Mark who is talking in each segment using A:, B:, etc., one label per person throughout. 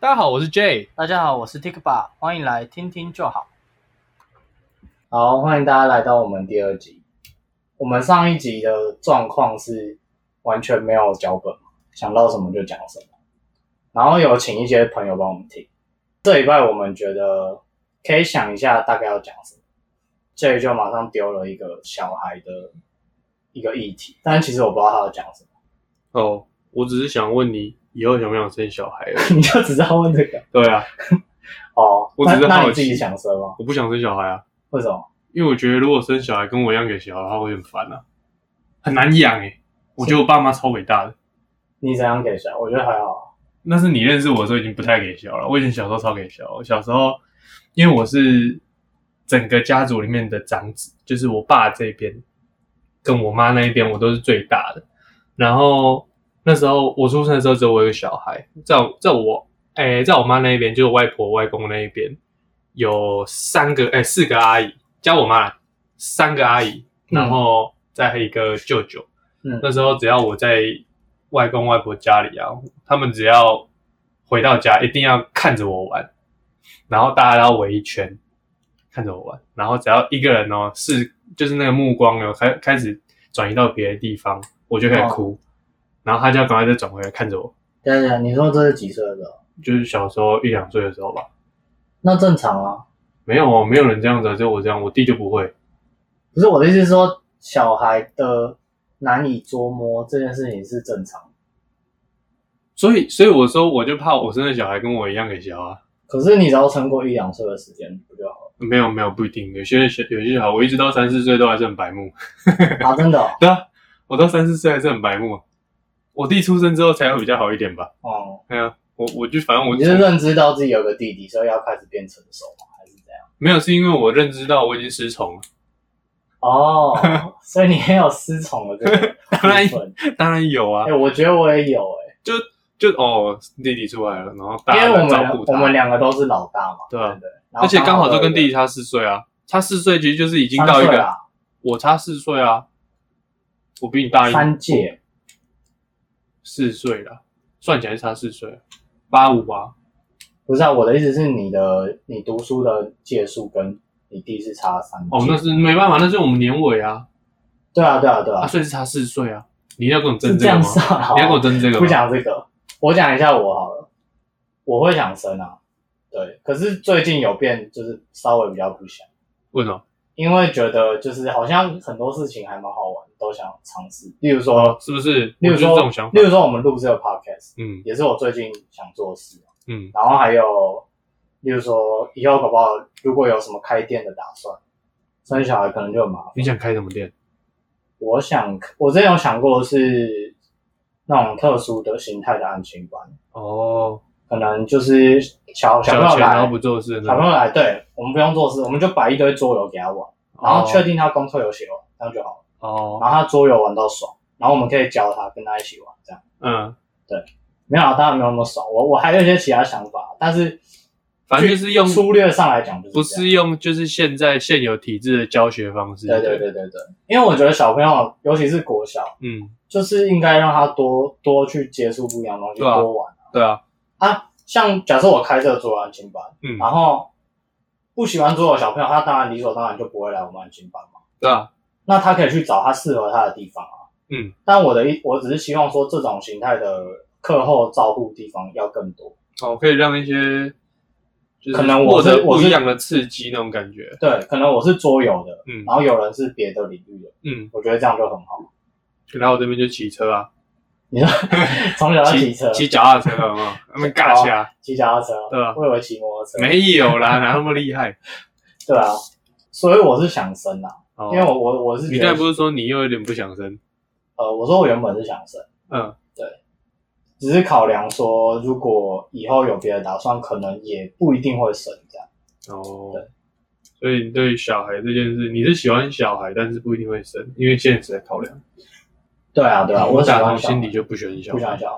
A: 家好，我是 J。
B: 大家好，我是 Tikba，欢迎来听听就好。
C: 好，欢迎大家来到我们第二集。我们上一集的状况是完全没有脚本，想到什么就讲什么，然后有请一些朋友帮我们听。这礼拜我们觉得可以想一下大概要讲什么，这里就马上丢了一个小孩的一个议题，但其实我不知道他要讲什么，
A: 哦，我只是想问你，以后想不想生小孩而已？
C: 你就只知道问这个
A: 对啊，
C: 哦。
A: 我只是
C: 那那
A: 好
C: 你自己
A: 奇
C: 想生吗？
A: 我不想生小孩啊，
C: 为什么？
A: 因为我觉得如果生小孩跟我一样给小孩的话，我会很烦啊，很难养诶、我觉得我爸妈超伟大的，
C: 你怎样给小孩？我觉得还好啊。
A: 那是你认识我的时候已经不太给小了。我以前小时候超给小，我小时候因为我是整个家族里面的长子，就是我爸这边跟我妈那一边我都是最大的。然后那时候我出生的时候只有我一个小孩，在我在我诶、在我妈那一边，就是我外婆外公那一边有三个诶、四个阿姨，加我妈三个阿姨，然后再一个舅舅。
C: 嗯
A: 那时候只要我在外公外婆家里啊，他们只要回到家一定要看着我玩，然后大家都要围一圈看着我玩，然后只要一个人哦是就是那个目光有开开始转移到别的地方，我就开始哭，然后他就要赶快再转回来看着我，
C: 等一下等一下，啊你说这是几岁的时候？
A: 就是小时候一两岁的时候吧。
C: 那正常啊。
A: 没有哦，没有人这样子啊，只有我这样，我弟就不会。
C: 不是我的意思是说，小孩的难以捉摸这件事情是正常的，
A: 所以，所以我说，我就怕我生的小孩跟我一样给小啊。
C: 可是你只要撑过一两岁的时间不就好
A: 没有，没有，不一定。有些小，有些小孩，我一直到三四岁都还是很白目。
C: 了啊？真的哦
A: 对啊，我到三四岁还是很白目啊。我弟出生之后才会比较好一点吧？
C: 哦，
A: 哎呀、我我就反正我
C: 你是认知到自己有个弟弟，所以要开始变成熟吗？还是怎样？
A: 没有，是因为我认知到我已经失宠了。
C: 哦， 所以你也有失宠的这个
A: 当然
C: 部分。
A: 当然有啊
C: 哎、，我觉得我也有哎、
A: 就哦，弟弟出来了，然后大
C: 因
A: 家
C: 为我
A: 来照
C: 们
A: 顾他，
C: 我们两个都是老大嘛，
A: 对
C: 对
A: 啊
C: 不对？然后
A: 而且刚好都跟弟弟
C: 弟
A: 差四岁啊，差四岁其实就是已经到一
C: 啊
A: 个，我差四岁啊，我比你大一
C: 三届，
A: 四岁了，算起来差四岁，八五啊，
C: 不是啊？我的意思是你的你读书的届数跟你弟是差三届。
A: 哦，那是没办法，那是我们年尾啊，
C: 对啊对啊对啊
A: 啊，，所以是差四岁啊，你要跟我争
C: 是
A: 这
C: 这
A: 个
C: 样
A: 吗？
C: 算好
A: 你要跟我争这个吗？
C: 不讲这个，我讲一下我好了。我会想生啊，对，可是最近有变，就是稍微比较不想，
A: 为什么？
C: 因为觉得就是好像很多事情还蛮好玩，都想尝试。例如
A: 哦
C: 说，，
A: 是不是？
C: 例
A: 我
C: 如
A: 就是
C: 说
A: 这种想，法
C: 例。如说我们录这个 podcast
A: 嗯
C: 也是我最近想做的事，
A: 嗯，
C: 然后还有，例如说以后搞不好如果有什么开店的打算，生小孩可能就很麻烦。
A: 你想开什么店？
C: 我想，我之前有想过是那种特殊的形态的安亲班，
A: 哦，
C: 可能就是小小朋友
A: 钱然后
C: 来
A: 不，做事
C: 小
A: 那
C: 朋
A: 种，哦
C: 友来，对我们不用做事，我们就摆一堆桌游给他玩，然后确定他功课有写完，这样就好了。
A: 哦，
C: 然后他桌游玩到爽，然后我们可以教他，跟他一起玩，这样。
A: 嗯，
C: 没有啊，当然没有那么爽，我我还有一些其他想法，但是
A: 反正就是用
C: 粗略上来讲就是这
A: 不
C: 样
A: 是用就是现在现有体制的教学方式。
C: 对对，对对对，因为我觉得小朋友，尤其是国小，
A: 嗯，
C: 就是应该让他多多去接触不一样的东西，
A: 对啊
C: 多玩
A: 对啊，
C: 啊。像假设我开这个桌游安亲班，
A: 嗯，
C: 然后不喜欢桌游的小朋友，他当然理所当然就不会来我们安亲班嘛。
A: 对啊，
C: 那他可以去找他适合他的地方啊。
A: 嗯，
C: 但我的一我只是希望说，这种形态的课后照顾地方要更多。
A: 哦，可以让一些就是
C: 可能
A: 获
C: 我是
A: 得
C: 我
A: 不
C: 是
A: 一样的刺激那种感觉。
C: 对，可能我是桌游的，
A: 嗯
C: 然后有人是别的领域的，
A: 嗯，
C: 我觉得这样就很好。
A: 然后我这边就骑车啊，
C: 你说 从小要骑
A: 骑
C: 车，哦
A: 骑脚踏车好吗？他们尬起来，
C: 骑脚踏车，
A: 对啊
C: 我以为骑摩托车，
A: 没有啦，哪那么厉害？
C: 对啊，所以我是想生啊，
A: 哦
C: 因为我我我是
A: 你
C: 觉
A: 刚才
C: 得
A: 不是说你又有点不想生？
C: 呃，我说我原本是想生，
A: 嗯，
C: 只是考量说如果以后有别的打算，可能也不一定会生这样。
A: 哦
C: 对，
A: 所以你对小孩这件事，你是喜欢小孩，但是不一定会生，因为现实的考量。
C: 对啊，对啊，
A: 嗯
C: 我
A: 我
C: 喜
A: 打
C: 欢
A: 从
C: 小
A: 心
C: 孩
A: 底，就不喜欢小
C: 不喜
A: 孩
C: 欢，小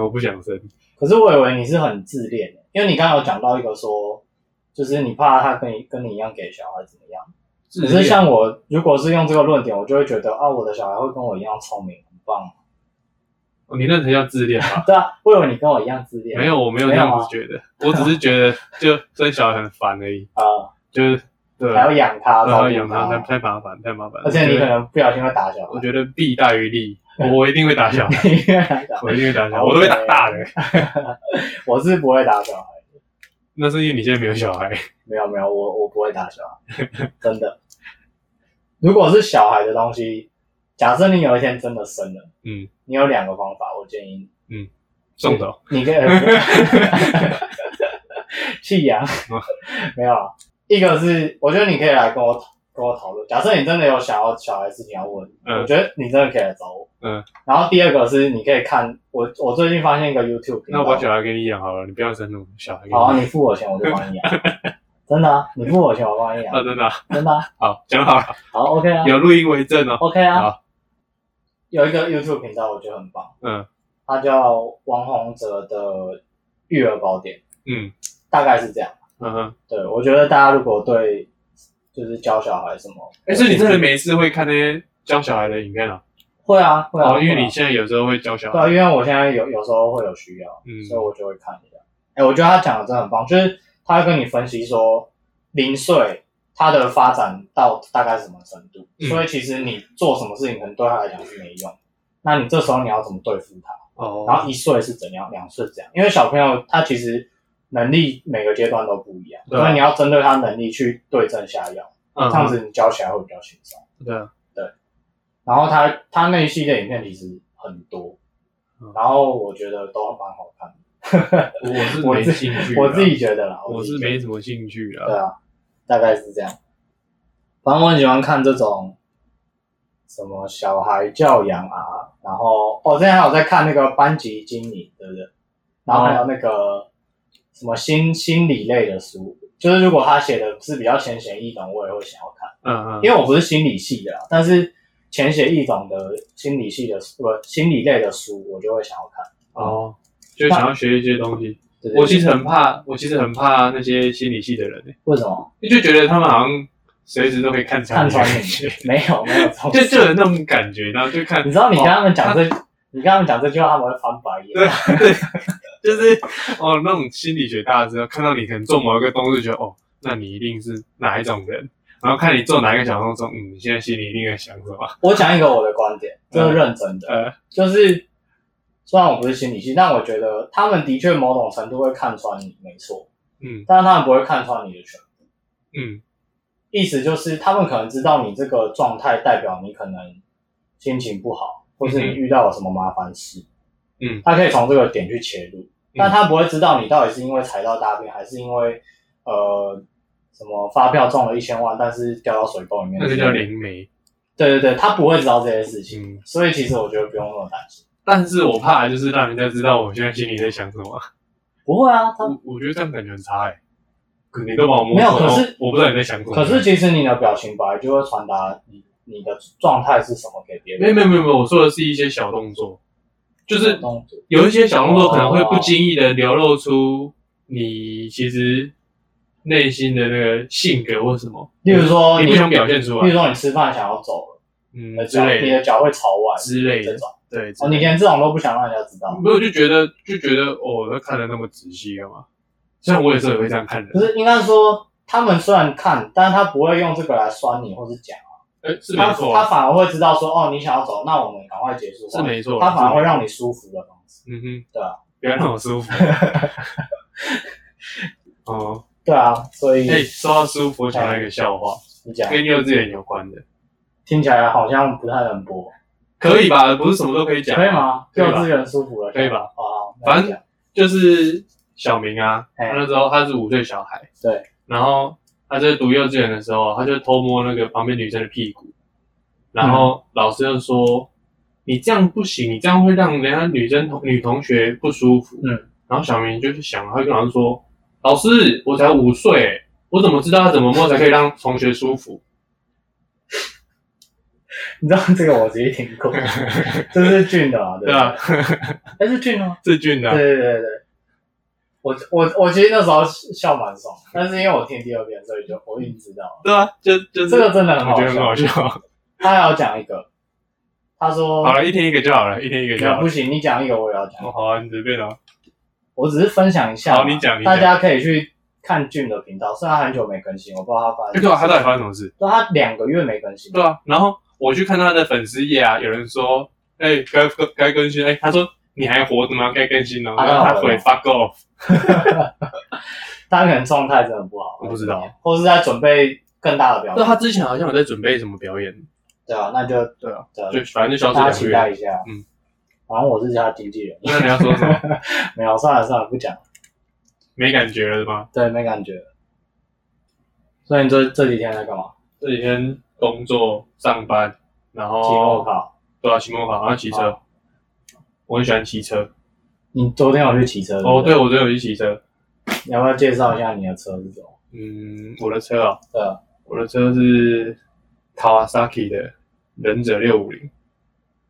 A: 我不想生。
C: 可是我以为你是很自恋的，因为你刚刚有讲到一个说，就是你怕他跟你跟你一样给小孩怎么样。可是像我，如果是用这个论点，我就会觉得啊，我的小孩会跟我一样聪明，很棒。
A: 哦你那才叫自恋吧？
C: 对啊，我以为你跟我一样自恋。
A: 没有，我没有这样子觉得，我只是觉得就生小孩很烦而已，
C: 啊，
A: 就是对，
C: 还要养它，
A: 对还
C: 照
A: 要
C: 顾
A: 养它，太太麻烦，太麻烦。
C: 而且你
A: 我觉
C: 可
A: 得
C: 能不小心会打小
A: 我
C: 孩。
A: 觉得弊大于 利，我我一定会打小孩，我一定会打小孩，
C: 好
A: 我都会打大的。
C: 我是不会打小孩，
A: 那是因为你现在没有小孩，
C: 没有没有，我我不会打小孩，真的。如果是小孩的东西，假设你有一天真的生了，
A: 嗯，
C: 你有两个方法，我建议
A: 送哦走。
C: 你，你可以 弃养，没有啊。一个是我觉得你可以来跟我讨跟我讨论，假设你真的有想要小孩事情要问，
A: 嗯
C: 我觉得你真的可以来找我。
A: 嗯，
C: 然后第二个是你可以看我，我最近发现一个 YouTube 频
A: 那
C: 道，
A: 我把小孩给你养好了，你不要生那种小孩给你
C: 好、啊，
A: 养。
C: 你付我钱我就帮你养， 真的啊，你付我钱我帮你养
A: 啊，，真的啊
C: 真的啊，
A: 好讲好了，
C: 好 OK 啊
A: 有录音为证哦。
C: ，OK 啊
A: 好。
C: 有一个 YouTube 频道我觉得很棒，
A: 嗯
C: 它叫王洪哲的育儿宝典，
A: 嗯
C: 大概是这样。
A: 嗯哼。
C: 对，我觉得大家如果对就是教小孩什么，
A: 哎，所以你真的每次会看那些教小孩的影片啊？
C: 会啊会啊，
A: 哦，因为你
C: 会
A: 现在有时候会教小
C: 啊对啊，
A: 孩。
C: 因为我现在有有时候会有需要，
A: 嗯
C: 所以我就会看一下。哎，我觉得他讲的真的很棒，就是他会跟你分析说零岁他的发展到大概什么程度，
A: 嗯
C: 所以其实你做什么事情可能对他来讲是没用。那你这时候你要怎么对付他？然
A: 哦，
C: 后一岁是怎样，两岁是怎样？因为小朋友他其实能力每个阶段都不一样，
A: 对啊
C: 所以你要针对他能力去对症下药，
A: 嗯
C: 这样子你教起来会比较轻松。
A: 对啊，
C: 然后他他那一系列影片其实很多
A: 嗯，
C: 然后我觉得都蛮好看的。
A: 我我是
C: 我
A: 没
C: 自
A: 兴趣啊，
C: 我自己觉得啦，
A: 我
C: 自
A: 是
C: 己觉得
A: 没什么兴趣
C: 对
A: 啊。
C: 啊，大概是这样。反正我很喜欢看这种什么小孩教养啊，然后我、哦、之前还有在看那个班级经营，对不对？然后还有那个什么心心理类的书，就是如果他写的是比较浅显易懂，我也会想要看，
A: 嗯嗯，
C: 因为我不是心理系的啦，但是浅显易懂的心理系的书，不心理类的书，我就会想要看。
A: 哦，就想要学一些东西。
C: 对
A: 我其实很怕，我其实很怕那些心理系的人、欸，
C: 为什 么
A: 你就觉得他们好像随时都可以看穿
C: 看
A: 你，
C: 穿你没有没 有这种
A: 就就有那种感觉，然后就看哦
C: 你，知道你跟哦他们讲这，你跟他们讲这句话，他们会翻白眼。
A: 就是哦，那种心理学大师看到你可能做某一个动作，就觉得哦，那你一定是哪一种人，然后看你做哪一个小动作，嗯，你现在心里一定在想什么？
C: 我讲一个我的观点，这是认真的，
A: 呃，
C: 就是虽然我不是心理系，但我觉得他们的确某种程度会看穿你，没错，
A: 嗯
C: 但是他们不会看穿你的全部。
A: 嗯
C: 意思就是他们可能知道你这个状态代表你可能心情不好，或是你
A: 嗯哼
C: 遇到了什么麻烦事，
A: 嗯，
C: 他可以从这个点去切入，但他不会知道你到底是因为踩到大便，还是因为呃什么发票中了一千万，但是掉到水沟里面，
A: 那个叫灵媒。
C: 对对对，他不会知道这些事情，
A: 嗯，
C: 所以其实我觉得不用那么担心。
A: 但是我怕就是让人家知道我现在心里在想什么，
C: 不会啊，他
A: 我我觉得这样感觉很差哎、欸。可你都把我摸
C: 没有
A: 透
C: 可
A: 了
C: 是
A: 我不知道你在想什么。
C: 可是其实你的表情本来就会传达你你的状态是什么给别
A: 没有
C: 人。
A: 没有没有没有，我说的是一些小动作，就是
C: 动作
A: 有一些小动作可能会不经意的流露出你其实内心的那个性格或什么，
C: 例如说
A: 你
C: 你
A: 不想表现出
C: 例如
A: 来，
C: 说你呃吃饭想要走了，
A: 嗯
C: 你的
A: 之
C: 脚你
A: 类
C: 的
A: 的
C: 脚会朝外
A: 之类
C: 这
A: 的，
C: 种，
A: 对，
C: 哦，你
A: 之类的
C: 连这种都不想让人家知道，
A: 没有就觉得就觉得哦，他看的那么仔细干嘛？虽然我有时候也会这样看
C: 可
A: 人，
C: 是应该说他们虽然看，但是他不会用这个来酸你或是讲，
A: 哎，是
C: 他
A: 没错啊
C: 他，反而会知道说哦你想要走，那我们赶快结束话，
A: 是没错啊，
C: 他反而会
A: 是
C: 让你舒服的方式。
A: 没错嗯哼，
C: 对啊，
A: 不要让我 舒服。哦，
C: 对啊，所以
A: 哎，说到舒服，我想到一个笑话，
C: 你讲
A: 跟幼稚园有关的，
C: 听起来好像不太能播。
A: 可以吧？不是什么都可以讲，啊
C: 可以？吗？
A: 可以
C: 幼
A: 吧
C: 稚园舒服了，
A: 可以吧？
C: 啊，
A: 反正
C: 那就这样
A: 就是小明啊，他
C: 哎
A: 那时候他是五岁小孩，
C: 对，
A: 然后他在读幼稚园的时候，他就偷摸那个旁边女生的屁股，然后老师就说：“你这样不行，你这样会让人家女生同女同学不舒服。”
C: 嗯，
A: 然后小明就去想，他就跟老师说：“老师，我才五岁，我怎么知道要怎么摸才可以让同学舒服
C: 你知道这个我直接听 过，这是俊的嘛？？”对
A: 对
C: 吧
A: 啊？，
C: 哎，是俊的吗？
A: 志俊
C: 对
A: 的，
C: 对对对对。我我我其实那时候笑蛮爽，但是因为我听第二遍，所以就我已经知道了。
A: 对啊，就就是
C: 这个真的很
A: 我
C: 好
A: 觉得很
C: 笑
A: 好。笑。
C: 他还要讲一个，他说
A: 好了，一天一个就好了，一天一个就好
C: 那不
A: 了。
C: 行，你讲一个我也要讲，
A: 哦好啊，你随便哦。
C: 我只是分享一下嘛。
A: 好你讲你讲
C: 大家可以去看俊的频道，虽然他很久没更新，我不知道他发
A: 哎，
C: 生。
A: 对啊，他到底发生什么事？
C: 对他两个月没更新。
A: 对啊，然后我去看他的粉丝页啊，有人说，哎，该该该更新，哎，他说你还活着吗？该更新了。
C: 啊
A: 然后
C: 那好
A: 他
C: 了
A: 回 fuck off，
C: 他可能状态真的不好，
A: 我不知道，
C: 或是在准备更大的表
A: 那
C: 演。
A: 他之前好像有在准备什么表演，
C: 对啊，那就
A: 对啊，
C: 对啊
A: 就反正就消失
C: 大家
A: 两个
C: 期待
A: 月。
C: 一下。
A: 嗯，
C: 反正我是他经纪人，
A: 那你要说什么？
C: 没有，算了算了，不讲了，
A: 没感觉了吗？
C: 对，没感觉了。所以你这这几天在干嘛？
A: 这几天工作、上班，然后
C: 期末考，
A: 对啊，期末考，然后骑车。我很喜欢骑车。
C: 你昨天有去骑车？
A: 哦，
C: 不
A: 对，，我昨天有去骑车。
C: 你要不要介绍一下你的车是什么？
A: 嗯，我的车啊，
C: 对啊，
A: 我的车是 Kawasaki 的忍者六五零，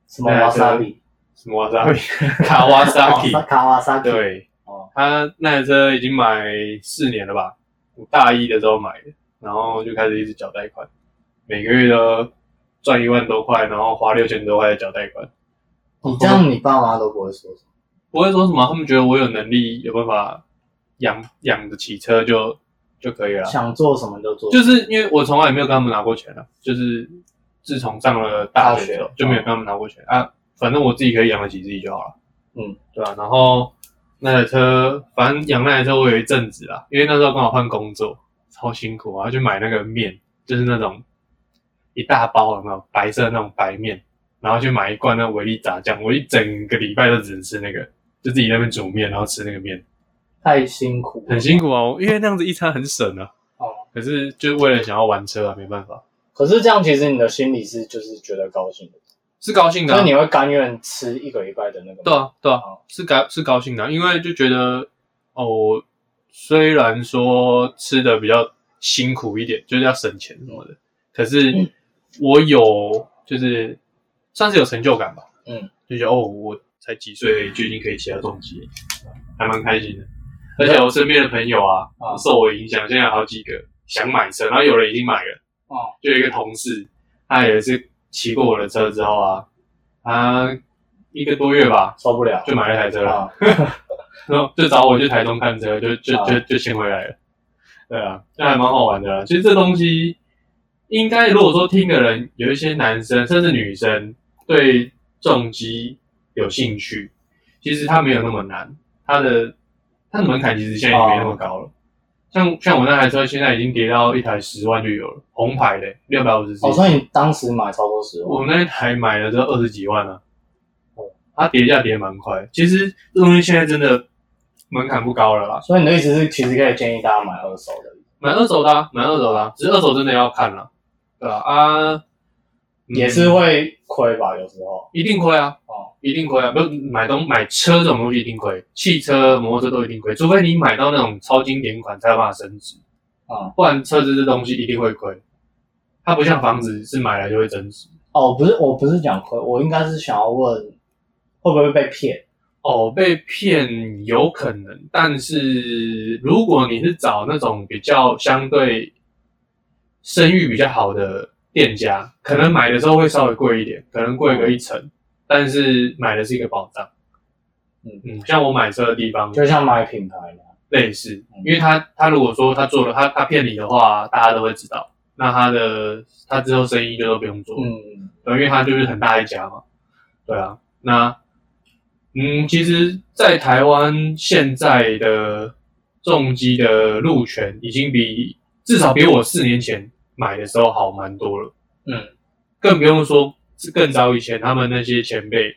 C: 什么
A: 那台
C: 瓦
A: 车
C: 萨比？
A: 什么啊 Kawasaki？Kawasaki，
C: 卡瓦萨比。
A: 对
C: 哦，
A: 他那台车已经买四年了吧？我大一的时候买的，然后就开始一直缴贷款，每个月都赚一万多块，然后花六千多块缴贷款。
C: 你这样，你爸妈都不会说什么。
A: 不会说什么，他们觉得我有能力，有办法养养得起车就就可以了。
C: 想做什么就做什么，
A: 啊就是因为我从来没有跟他们拿过钱了，就是自从上了大学之后
C: 大学
A: 就没有跟他们拿过钱啊。反正我自己可以养得起自己就好了。
C: 嗯，
A: 对啊。然后那台车，反正养那台车我有一阵子啦，因为那时候刚好换工作，超辛苦啊，去买那个面，就是那种一大包有没有白色那种白面，然后去买一罐那维力炸酱，我一整个礼拜都只能吃那个，就自己在那边煮面，然后吃那个面，
C: 太辛苦了，
A: 很辛苦哦，因为那样子一餐很省啊。
C: 哦。
A: 可是就是为了想要玩车啊，没办法。
C: 可是这样，其实你的心里是就是觉得高兴的，
A: 是高兴的、
C: 所
A: 啊
C: 以，你会甘愿吃一个礼拜的那个吗。
A: 对啊，对啊
C: 哦，
A: 是高是高兴的啊、因为就觉得哦，虽然说吃的比较辛苦一点，就是要省钱什么的，可是我有就是算是有成就感吧，
C: 嗯，
A: 就觉得哦，我才几岁就已经可以写到东西，还蛮开心的。而且我身边的朋友啊，
C: 啊
A: 受我影响，现在有好几个想买车，然后有人已经买了。
C: 哦，
A: 就有一个同事，他也是骑过我的车之后啊，他一个多月吧
C: 受不了。
A: 就买了台车了，
C: 啊，
A: 然后就找我去台中看车，就就
C: 啊
A: 就就先回来了。对啊，这还蛮好玩的啦。其实这东西，应该如果说听的人有一些男生甚至女生对重机有兴趣，其实它没有那么难，它的它的门槛其实现在已经没那么高了。
C: 啊
A: 像像我那台车现在已经跌到一台十万就有了，红牌的六百五十 cc。
C: 哦，所以你当时买超过十万，
A: 我那台买了这二十几万啊，
C: 哦
A: 它跌价跌蛮快。其实这东西现在真的门槛不高了啦，
C: 所以你的意思是，其实可以建议大家买二手的，
A: 买二手的、啊，买二手的、啊，只是二手真的要看了，对吧、啊？啊，嗯
C: 也是会亏吧，有时候。
A: 一定亏啊，
C: 哦，
A: 一定亏啊！不是买东买车这种东西一定亏，汽车、摩托车都一定亏，除非你买到那种超经典款才有办法升值，
C: 啊、
A: 不然车子这东西一定会亏。它不像房子是买来就会增值。
C: 哦，不是，我不是讲亏，我应该是想要问，会不会被骗？
A: 哦，被骗有可能，但是如果你是找那种比较相对声誉比较好的店家，可能买的时候会稍微贵一点，可能贵个一成，但是买的是一个保障。
C: 嗯
A: 嗯，像我买车的地方
C: 就像买品牌那样。
A: 类似
C: 嗯，
A: 因为他他如果说他做了他他骗你的话，大家都会知道，那他的他之后生意就都不用做了。
C: 嗯，
A: 对，因为它就是很大一家嘛。对啊，那嗯，其实，在台湾现在的重机的路权已经比至少比我四年前买的时候好蛮多了。
C: 嗯，
A: 更不用说是更早以前他们那些前辈，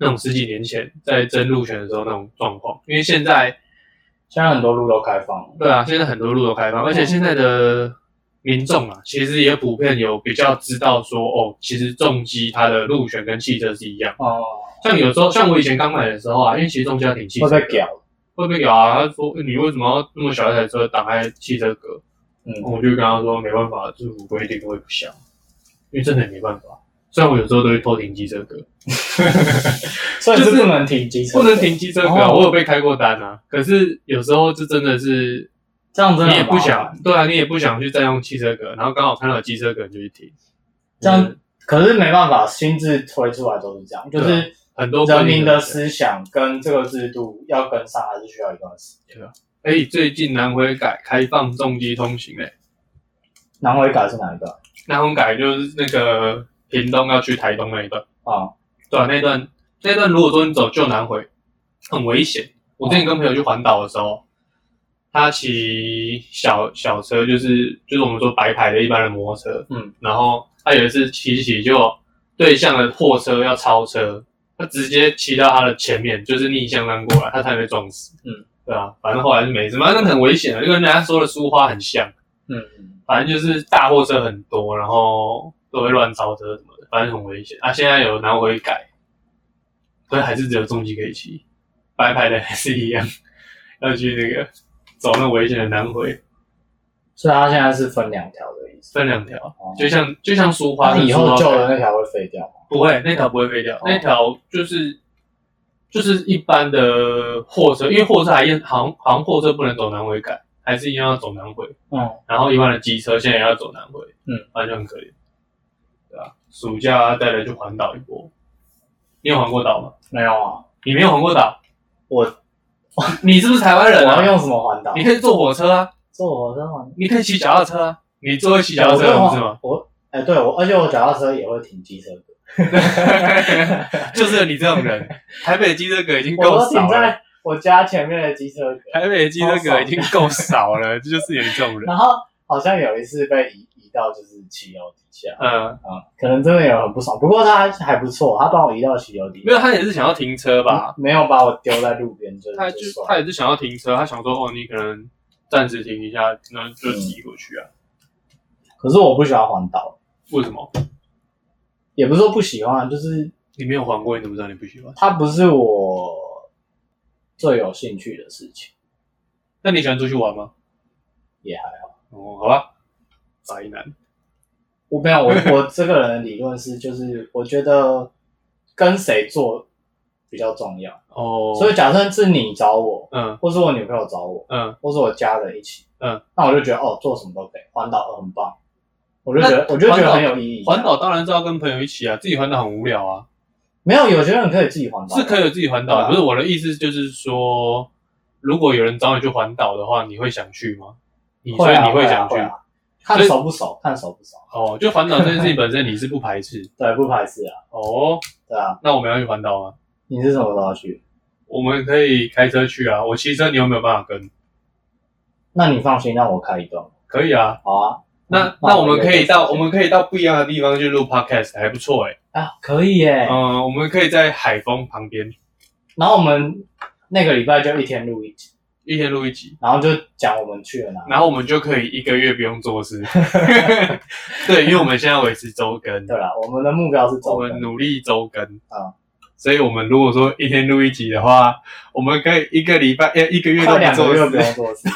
A: 那种十几年前在争路权的时候那种状况，因为现在
C: 现在很多路都开放了。
A: 对啊，现在很多路都开放，
C: 啊
A: 而且现在的民众啊，其实也普遍有比较知道说，哦，其实重机它的路权跟汽车是一样。
C: 哦，
A: 像有时候，像我以前刚买的时候啊，因为其实重机要挺汽
C: 会
A: 车，
C: 被屌。
A: 会被咬啊。他说你为什么要那么小一台车挡在汽车格？
C: 嗯，
A: 我就跟他说没办法，政府规定我也不想，因为真的也没办法。虽然我有时候都会偷停机车格，
C: 所以
A: 就是是
C: 不能停机车，
A: 不能，停机车格啊，
C: 哦
A: 我有被开过单啊。可是有时候这真的是
C: 这样真的
A: 你也
C: 很麻
A: 不
C: 烦
A: 想，对啊，你也不想去占用汽车格，然后刚好看到有机车格你就去停，
C: 这样可是没办法，新制推出来都是这样，就
A: 对
C: 是
A: 啊很多
C: 人民的
A: 事。
C: 思想跟这个制度要跟上，还是需要一段时间。
A: 哎、最近南回改开放重机通行嘞、哎
C: 南回改是哪一个
A: 南回改就是那个屏东要去台东那一段，
C: 啊？
A: 对、啊，那段那段如果说你走旧南回，很危险。我之前跟朋友去环岛的时候，他骑小小车，就是就是我们说白牌的一般的摩托车，
C: 嗯，
A: 然后他有一次骑骑就对向的货车要超车，他直接骑到他的前面，就是逆向让过来，他差点被撞死。
C: 嗯，
A: 对啊，反正后来是没事，反正很危险啊的，就跟人家说的苏花很像。
C: 嗯，
A: 反正就是大货车很多，然后都会乱超车什么的，反正很危险。啊，现在有拿回改，所以还是只有重机可以骑，白牌的还是一样，要去那个走那危险的南回，
C: 所以它现在是分两条的意思。
A: 分两条，
C: 哦
A: 就像就像苏花
C: 那
A: 跟
C: 以
A: 苏
C: 后哦
A: 花
C: 旧
A: 改
C: 的那条会废掉吗？
A: 不会，那条不会废掉，那条就是就是一般的货车，因为货车还一好像好像货车不能走南回改，还是一样要走南回。
C: 嗯，
A: 然后一般的机车现在也要走南回，
C: 嗯，
A: 反正就很可怜，对啊，暑假带来去环岛一波，你有环过岛吗？
C: 没有啊，
A: 你没有环过岛，
C: 我
A: 你是不是台湾
C: 我
A: 人
C: 要
A: 啊？
C: 用什么环岛
A: 你？可以坐火车啊，
C: 坐火车环
A: 你可以骑脚踏车啊，你坐会骑脚踏
C: 我
A: 车
C: 没
A: 不
C: 有
A: 是吗？
C: 我哎、对我，而且我脚踏车也会停机车格，
A: 就是你这种 人，台北的机车格已经
C: 我
A: 够
C: 都停
A: 少了，
C: 在我家前面的机车格。
A: 台北的机车格已经够少了，这就是有你这种 人，
C: 然后好像有一次被移移到就是骑楼底下
A: 嗯，
C: 啊、可能真的有人很不爽。不过他还不错，他帮我移到骑楼底
A: 没有，
C: 下，
A: 他也是想要停车吧，
C: 没有把我丢在路边，就是
A: 他就
C: 就算
A: 他
C: 了
A: 也是想要停车，他想说哦，你可能暂时停一下，那就
C: 嗯
A: 骑过去啊。
C: 可是我不喜欢环岛，
A: 为什么？
C: 也不是说不喜欢，就是
A: 你没有还过，你怎么知道你不喜欢？
C: 它不是我最有兴趣的事情，
A: 那你喜欢出去玩吗？
C: 也还好。
A: 哦，好吧，宅男。
C: 我没有，我我这个人的理论是，就是我觉得跟谁做比较重要。
A: 哦，
C: 所
A: 以
C: 以假设是你找我，
A: 嗯
C: 或是我女朋友找我，
A: 嗯，
C: 或是我家人一起，
A: 嗯，
C: 那我就觉得哦，做什么都可以，环岛很棒，我就觉得我就觉
A: 环
C: 得
A: 岛
C: 很有意义。
A: 环岛当然是要跟朋友一起啊，自己环岛很无聊啊，
C: 没有，有些人可以自己环岛，
A: 是可以有自己环
C: 对
A: 岛。
C: 啊
A: 不是我的意思就是说，如果有人找你去环岛的话，你会想去吗？你所
C: 会
A: 以
C: 啊，
A: 你会
C: 啊
A: 想去
C: 啊看
A: 所以
C: 熟不熟，看熟不熟，
A: 哦，就环岛这件事情本身你是不排 斥
C: 对，不排斥啊，
A: 哦。
C: 对啊。
A: 那我们要去环岛吗？
C: 你是什么时候去？
A: 我们可以开车去啊，我骑车你有没有办法跟？
C: 那你放心，让我开一段，
A: 可以啊，
C: 好啊。
A: 那
C: 嗯
A: 那我们可以到
C: 好
A: 我们可以到不一样的地方去录 podcast，还不错哎、
C: 啊，可以耶。
A: 嗯，我们可以在海风旁边
C: 然后我们那个礼拜就一天录一集，
A: 一天录一集，
C: 然后就讲我们去了哪里。
A: 然后我们就可以一个月不用做 事。对，因为我们现在维持周更，
C: 对啦，我们的目标是
A: 我
C: 走
A: 们
C: 的。
A: 努力周更
C: 啊。
A: 所以，我们如果说一天录一集的话，我们可以一个礼拜、呃一个月都
C: 快
A: 不
C: 两个
A: 做
C: 月不
A: 事，
C: 用做事，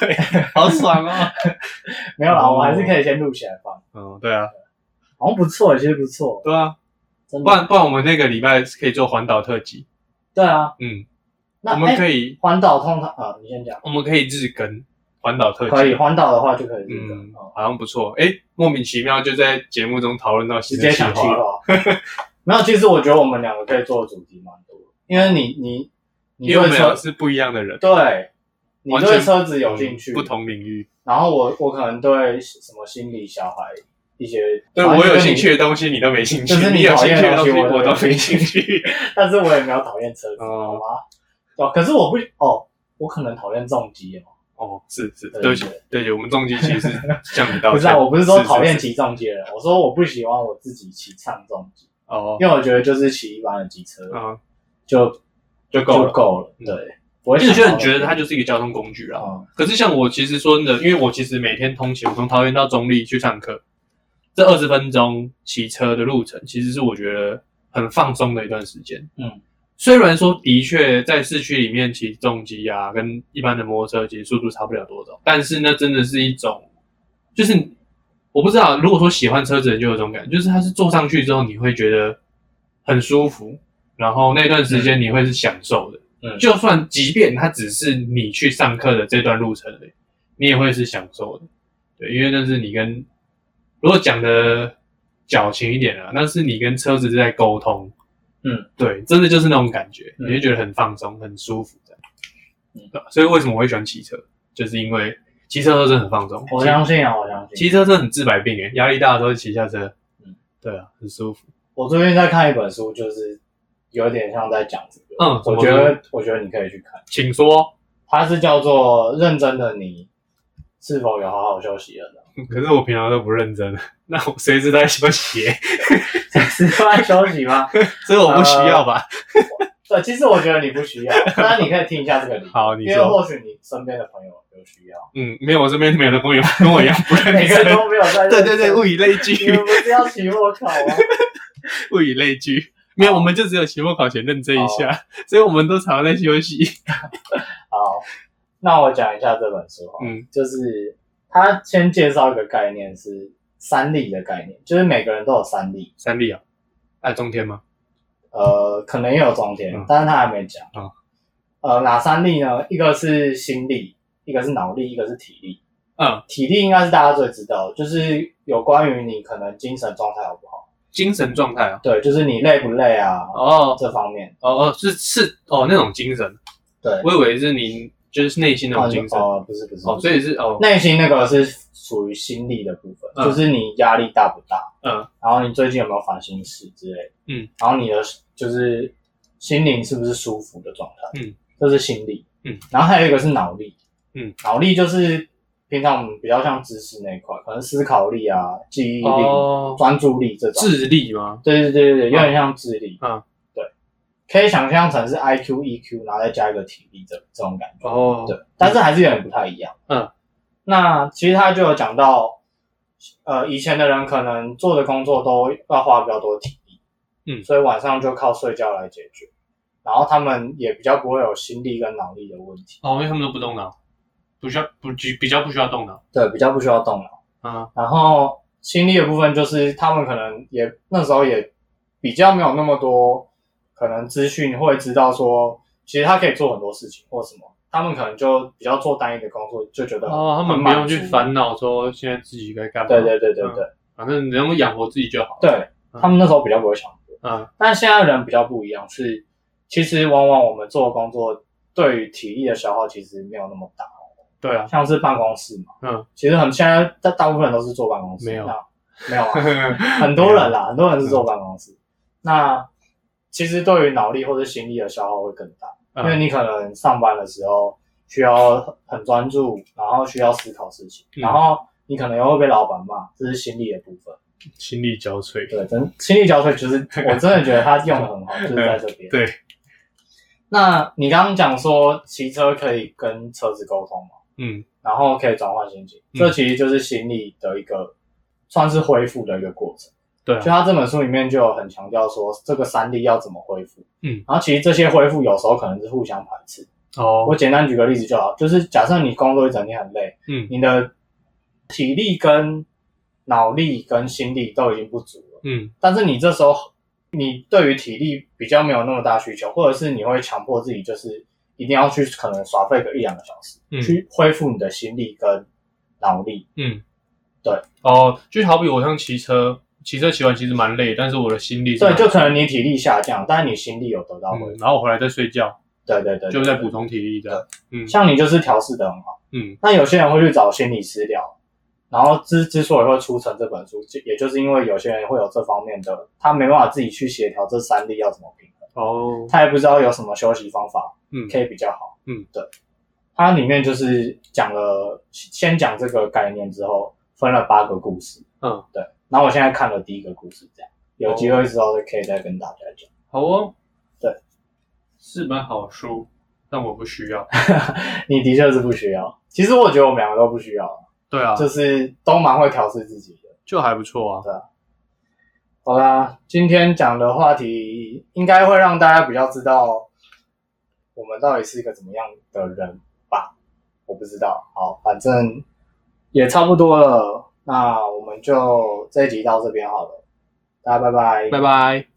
A: 好爽哦！
C: 没有啦，
A: 哦
C: 我还是可以先录起来放，
A: 嗯，对啊，
C: 好像不错，其实不错，
A: 对啊，
C: 真
A: 不然
C: 的。
A: 不然我们那个礼拜可以做环岛特辑，
C: 对啊，
A: 嗯，
C: 那哎
A: 我们
C: 以
A: 可以
C: 环岛通常啊，你先讲，
A: 我们可以日更环岛特辑，啊
C: 可以环岛的话就可以这个，
A: 嗯，
C: 哦
A: 好像不错。哎、莫名其妙就在节目中讨论到
C: 直
A: 新
C: 接
A: 的计
C: 想去
A: 划，
C: 划。 没有，其实我觉得我们两个可以做的主题蛮多的，因为你你你
A: 因为我
C: 对
A: 们
C: 车
A: 俩是不一样的人，
C: 对，你
A: 完全嗯
C: 对车子有兴趣，
A: 不同领域。
C: 然后我我可能对什么心理小孩一些，
A: 对
C: 反正
A: 我有
C: 哦跟你
A: 兴趣，的东西你都没兴趣，
C: 就是你
A: 有
C: 讨
A: 兴
C: 厌
A: 趣
C: 的
A: 的东西
C: 东西我
A: 我
C: 都
A: 都
C: 没
A: 没兴趣。
C: 但是我也没有讨厌车子，好
A: 哦
C: 吗？哦，可是我不哦，我可能讨厌重机哦，
A: 哦，是是，
C: 对
A: 对不起，对不起，我们重机其实是向 你道歉。
C: 不是啊，我不是说讨
A: 是
C: 厌
A: 是
C: 骑重机的人，我说我不喜欢我自己骑上重机，
A: 哦，
C: 因为我觉得就是骑一般的机车
A: 嗯，
C: 就
A: 就够
C: 就
A: 了。
C: 够了，
A: 嗯
C: 对，我
A: 因为有些人觉得它就是一个交通工具啦，
C: 啊，
A: 可是像我其实说真的，因为我其实每天通勤，我从桃园到中立去上课，这二十分钟骑车的路程，其实是我觉得很放松的一段时间。
C: 嗯，
A: 虽然说的确在市区里面骑重机啊，跟一般的摩托车其实速度差不了多少，但是那真的是一种，就是我不知道，如果说喜欢车子的人就有这种感觉，就是它是坐上去之后你会觉得很舒服，然后那段时间你会是享受的。
C: 嗯
A: 就算即便它只是你去上课的这段路程而已，你也会是享受的。对，因为那是你跟如果讲的矫情一点啊，但是你跟车子是在沟通，
C: 嗯，
A: 对，真的就是那种感觉，
C: 嗯
A: 你就觉得很放松、很舒服的，
C: 嗯
A: 对吧啊所以为什么我会喜欢骑车，就是因为骑车的时候真的很放松，
C: 我相信啊，我相信。
A: 骑骑车真的很治百病欸诶，压力大的时候骑下车，
C: 嗯
A: 对啊，很舒服。
C: 我最近在看一本书，就是有点像在讲这个。
A: 嗯
C: 我觉得我觉得你可以去看，
A: 请说，
C: 它是叫做《认真的你是否有好好休息了》 呢？
A: 可是我平常都不认真， 那我随时都在休息，
C: 是在休息吗？
A: 所以我不需要吧？
C: 对，其实我觉得你不需 要，但是你可以听一下这个理由，
A: 好，你
C: 呃因为
A: 说，
C: 或许你身边的朋友有 需要，
A: 嗯，没有，我身边没有的朋友跟我一样 不认
C: 每个人
A: 真，
C: 都没有在 认
A: 对
C: 真。
A: 对对，物以类
C: 你们
A: 聚，
C: 不是要期末 考啊吗？
A: 物以类聚。没有，我们就只有期末考前认真一
C: 哦
A: 下，所以我们都常常在休息。
C: 好，那我讲一下这本书哈，
A: 嗯
C: 就是他先介绍一个概念是三力的概念，就是每个人都有三力，
A: 三立啊，哎，中天吗？
C: 呃，可能也有中间，
A: 嗯
C: 但是他还没讲。
A: 嗯
C: 呃，哪三力呢？一个是心力，一个是脑力，一个是体力。
A: 嗯，
C: 体力应该是大家最知道的，就是有关于你可能精神状态好不好，
A: 精神状态啊。
C: 对，就是你累不累啊，
A: 哦
C: 这方面。
A: 哦哦，是是哦，那种精神，
C: 对，
A: 我以为是你就是内心那种精神。
C: 哦，不是不是，
A: 哦，所以是哦，
C: 内心那个是属于心力的部分，
A: 嗯
C: 就是你压力大不大，
A: 嗯，
C: 然后你最近有没有烦心事之类的，
A: 嗯，
C: 然后你的就是心灵是不是舒服的状态，
A: 嗯，
C: 这是心力，
A: 嗯，
C: 然后还有一个是脑力，
A: 嗯，
C: 脑力就是平常我们比较像知识那一块，可能思考力啊、记忆力、
A: 哦
C: 专注力这种，
A: 智力吗？
C: 对对对对对，有点像智力，
A: 嗯，
C: 对，可以想象成是 I Q E Q，然后再加一个体力这这种感觉，
A: 哦，
C: 对，但是还是有点不太一样。
A: 嗯，
C: 那其实他就有讲到，呃，以前的人可能做的工作都要花比较多体力，
A: 嗯
C: 所以晚上就靠睡觉来解决，然后他们也比较不会有心力跟脑力的问题，
A: 哦，因为他们都不动脑，不需要不比比较不需要动脑。
C: 对，比较不需要动脑。
A: 啊，
C: 然后心力的部分就是他们可能也那时候也比较没有那么多可能资讯会知道说，其实他可以做很多事情或什么。他们可能就比较做单一的工作，就觉得
A: 哦，他们
C: 很
A: 不
C: 满
A: 用去
C: 足
A: 烦恼说现在自己该干嘛。
C: 对对对对对、
A: 反正能够养活自己就好。
C: 对，
A: 嗯
C: 他们那时候比较不会想多，
A: 嗯
C: 但现在人比较不一样，是其实往往我们做工作对于体力的消耗其实没有那么大，
A: 对 啊，
C: 像是办公室嘛，
A: 嗯，
C: 其实很现在大大部分人都是坐办公室，
A: 没有嗯
C: 那没有啊，很多 人啦，很多人是坐办公室，那其实对于脑力或者心力的消耗会更大，因为
A: 嗯
C: 你可能上班的时候需要很专注，然后需要思考事情，
A: 嗯
C: 然后你可能又会被老板骂，这是心力的部分。
A: 心力交瘁。
C: 对，真心力交瘁， 就是我真的觉得他用的很好，就是在这边。
A: 对，
C: 那你刚刚讲说骑车可以跟车子沟通嘛，
A: 嗯
C: 然后可以转换心情，这其实就是心力的一个算是恢复的一个过程。
A: 对啊
C: 就他这本书里面就有很强调说这个三力要怎么恢复，
A: 嗯，
C: 然后其实这些恢复有时候可能是互相排斥。
A: 哦
C: 我简单举个例子就好，就是假设你工作一整天很累，
A: 嗯
C: 你的体力跟脑力跟心力都已经不足了。
A: 嗯
C: 但是你这时候你对于体力比较没有那么大需求，或者是你会强迫自己就是一定要去可能耍废个一两个小时，
A: 嗯
C: 去恢复你的心力跟脑力。
A: 嗯，
C: 对
A: 哦，就好比我像骑车，骑车骑完其实蛮累，但是我的心力是
C: 对，
A: 蛮
C: 就可能你体力下降，但是你心力有得到恢复。
A: 嗯，然后我回来再睡觉，
C: 对对对，
A: 就在补
C: 充。
A: 充体力这样。嗯
C: 像你就是调试的很好。
A: 嗯
C: 那有些人会去找心理师聊，然后之之所以会出成这本书，就也就是因为有些人会有这方面的，他没办法自己去协调这三力要怎么平衡，
A: 哦
C: 他也不知道有什么休息方法，
A: 嗯
C: 可以比较好。
A: 嗯，
C: 对。它里面就是讲了，先讲这个概念之后，分了八个故事。
A: 嗯，
C: 对。然后我现在看了第一个故事，这样有机会之后可以再跟大家讲。
A: 好哦，
C: 对，
A: 是本好书，但我不需要。
C: 你的确是不需要，其实我觉得我们两个都不需要，
A: 对啊，
C: 就是都蛮会调试自己的。
A: 就还不错啊。
C: 好啦，今天讲的话题应该会让大家比较知道我们到底是一个怎么样的人吧？我不知道。好，反正也差不多了，那我们就这一集到这边好了，大家拜拜。
A: 拜拜。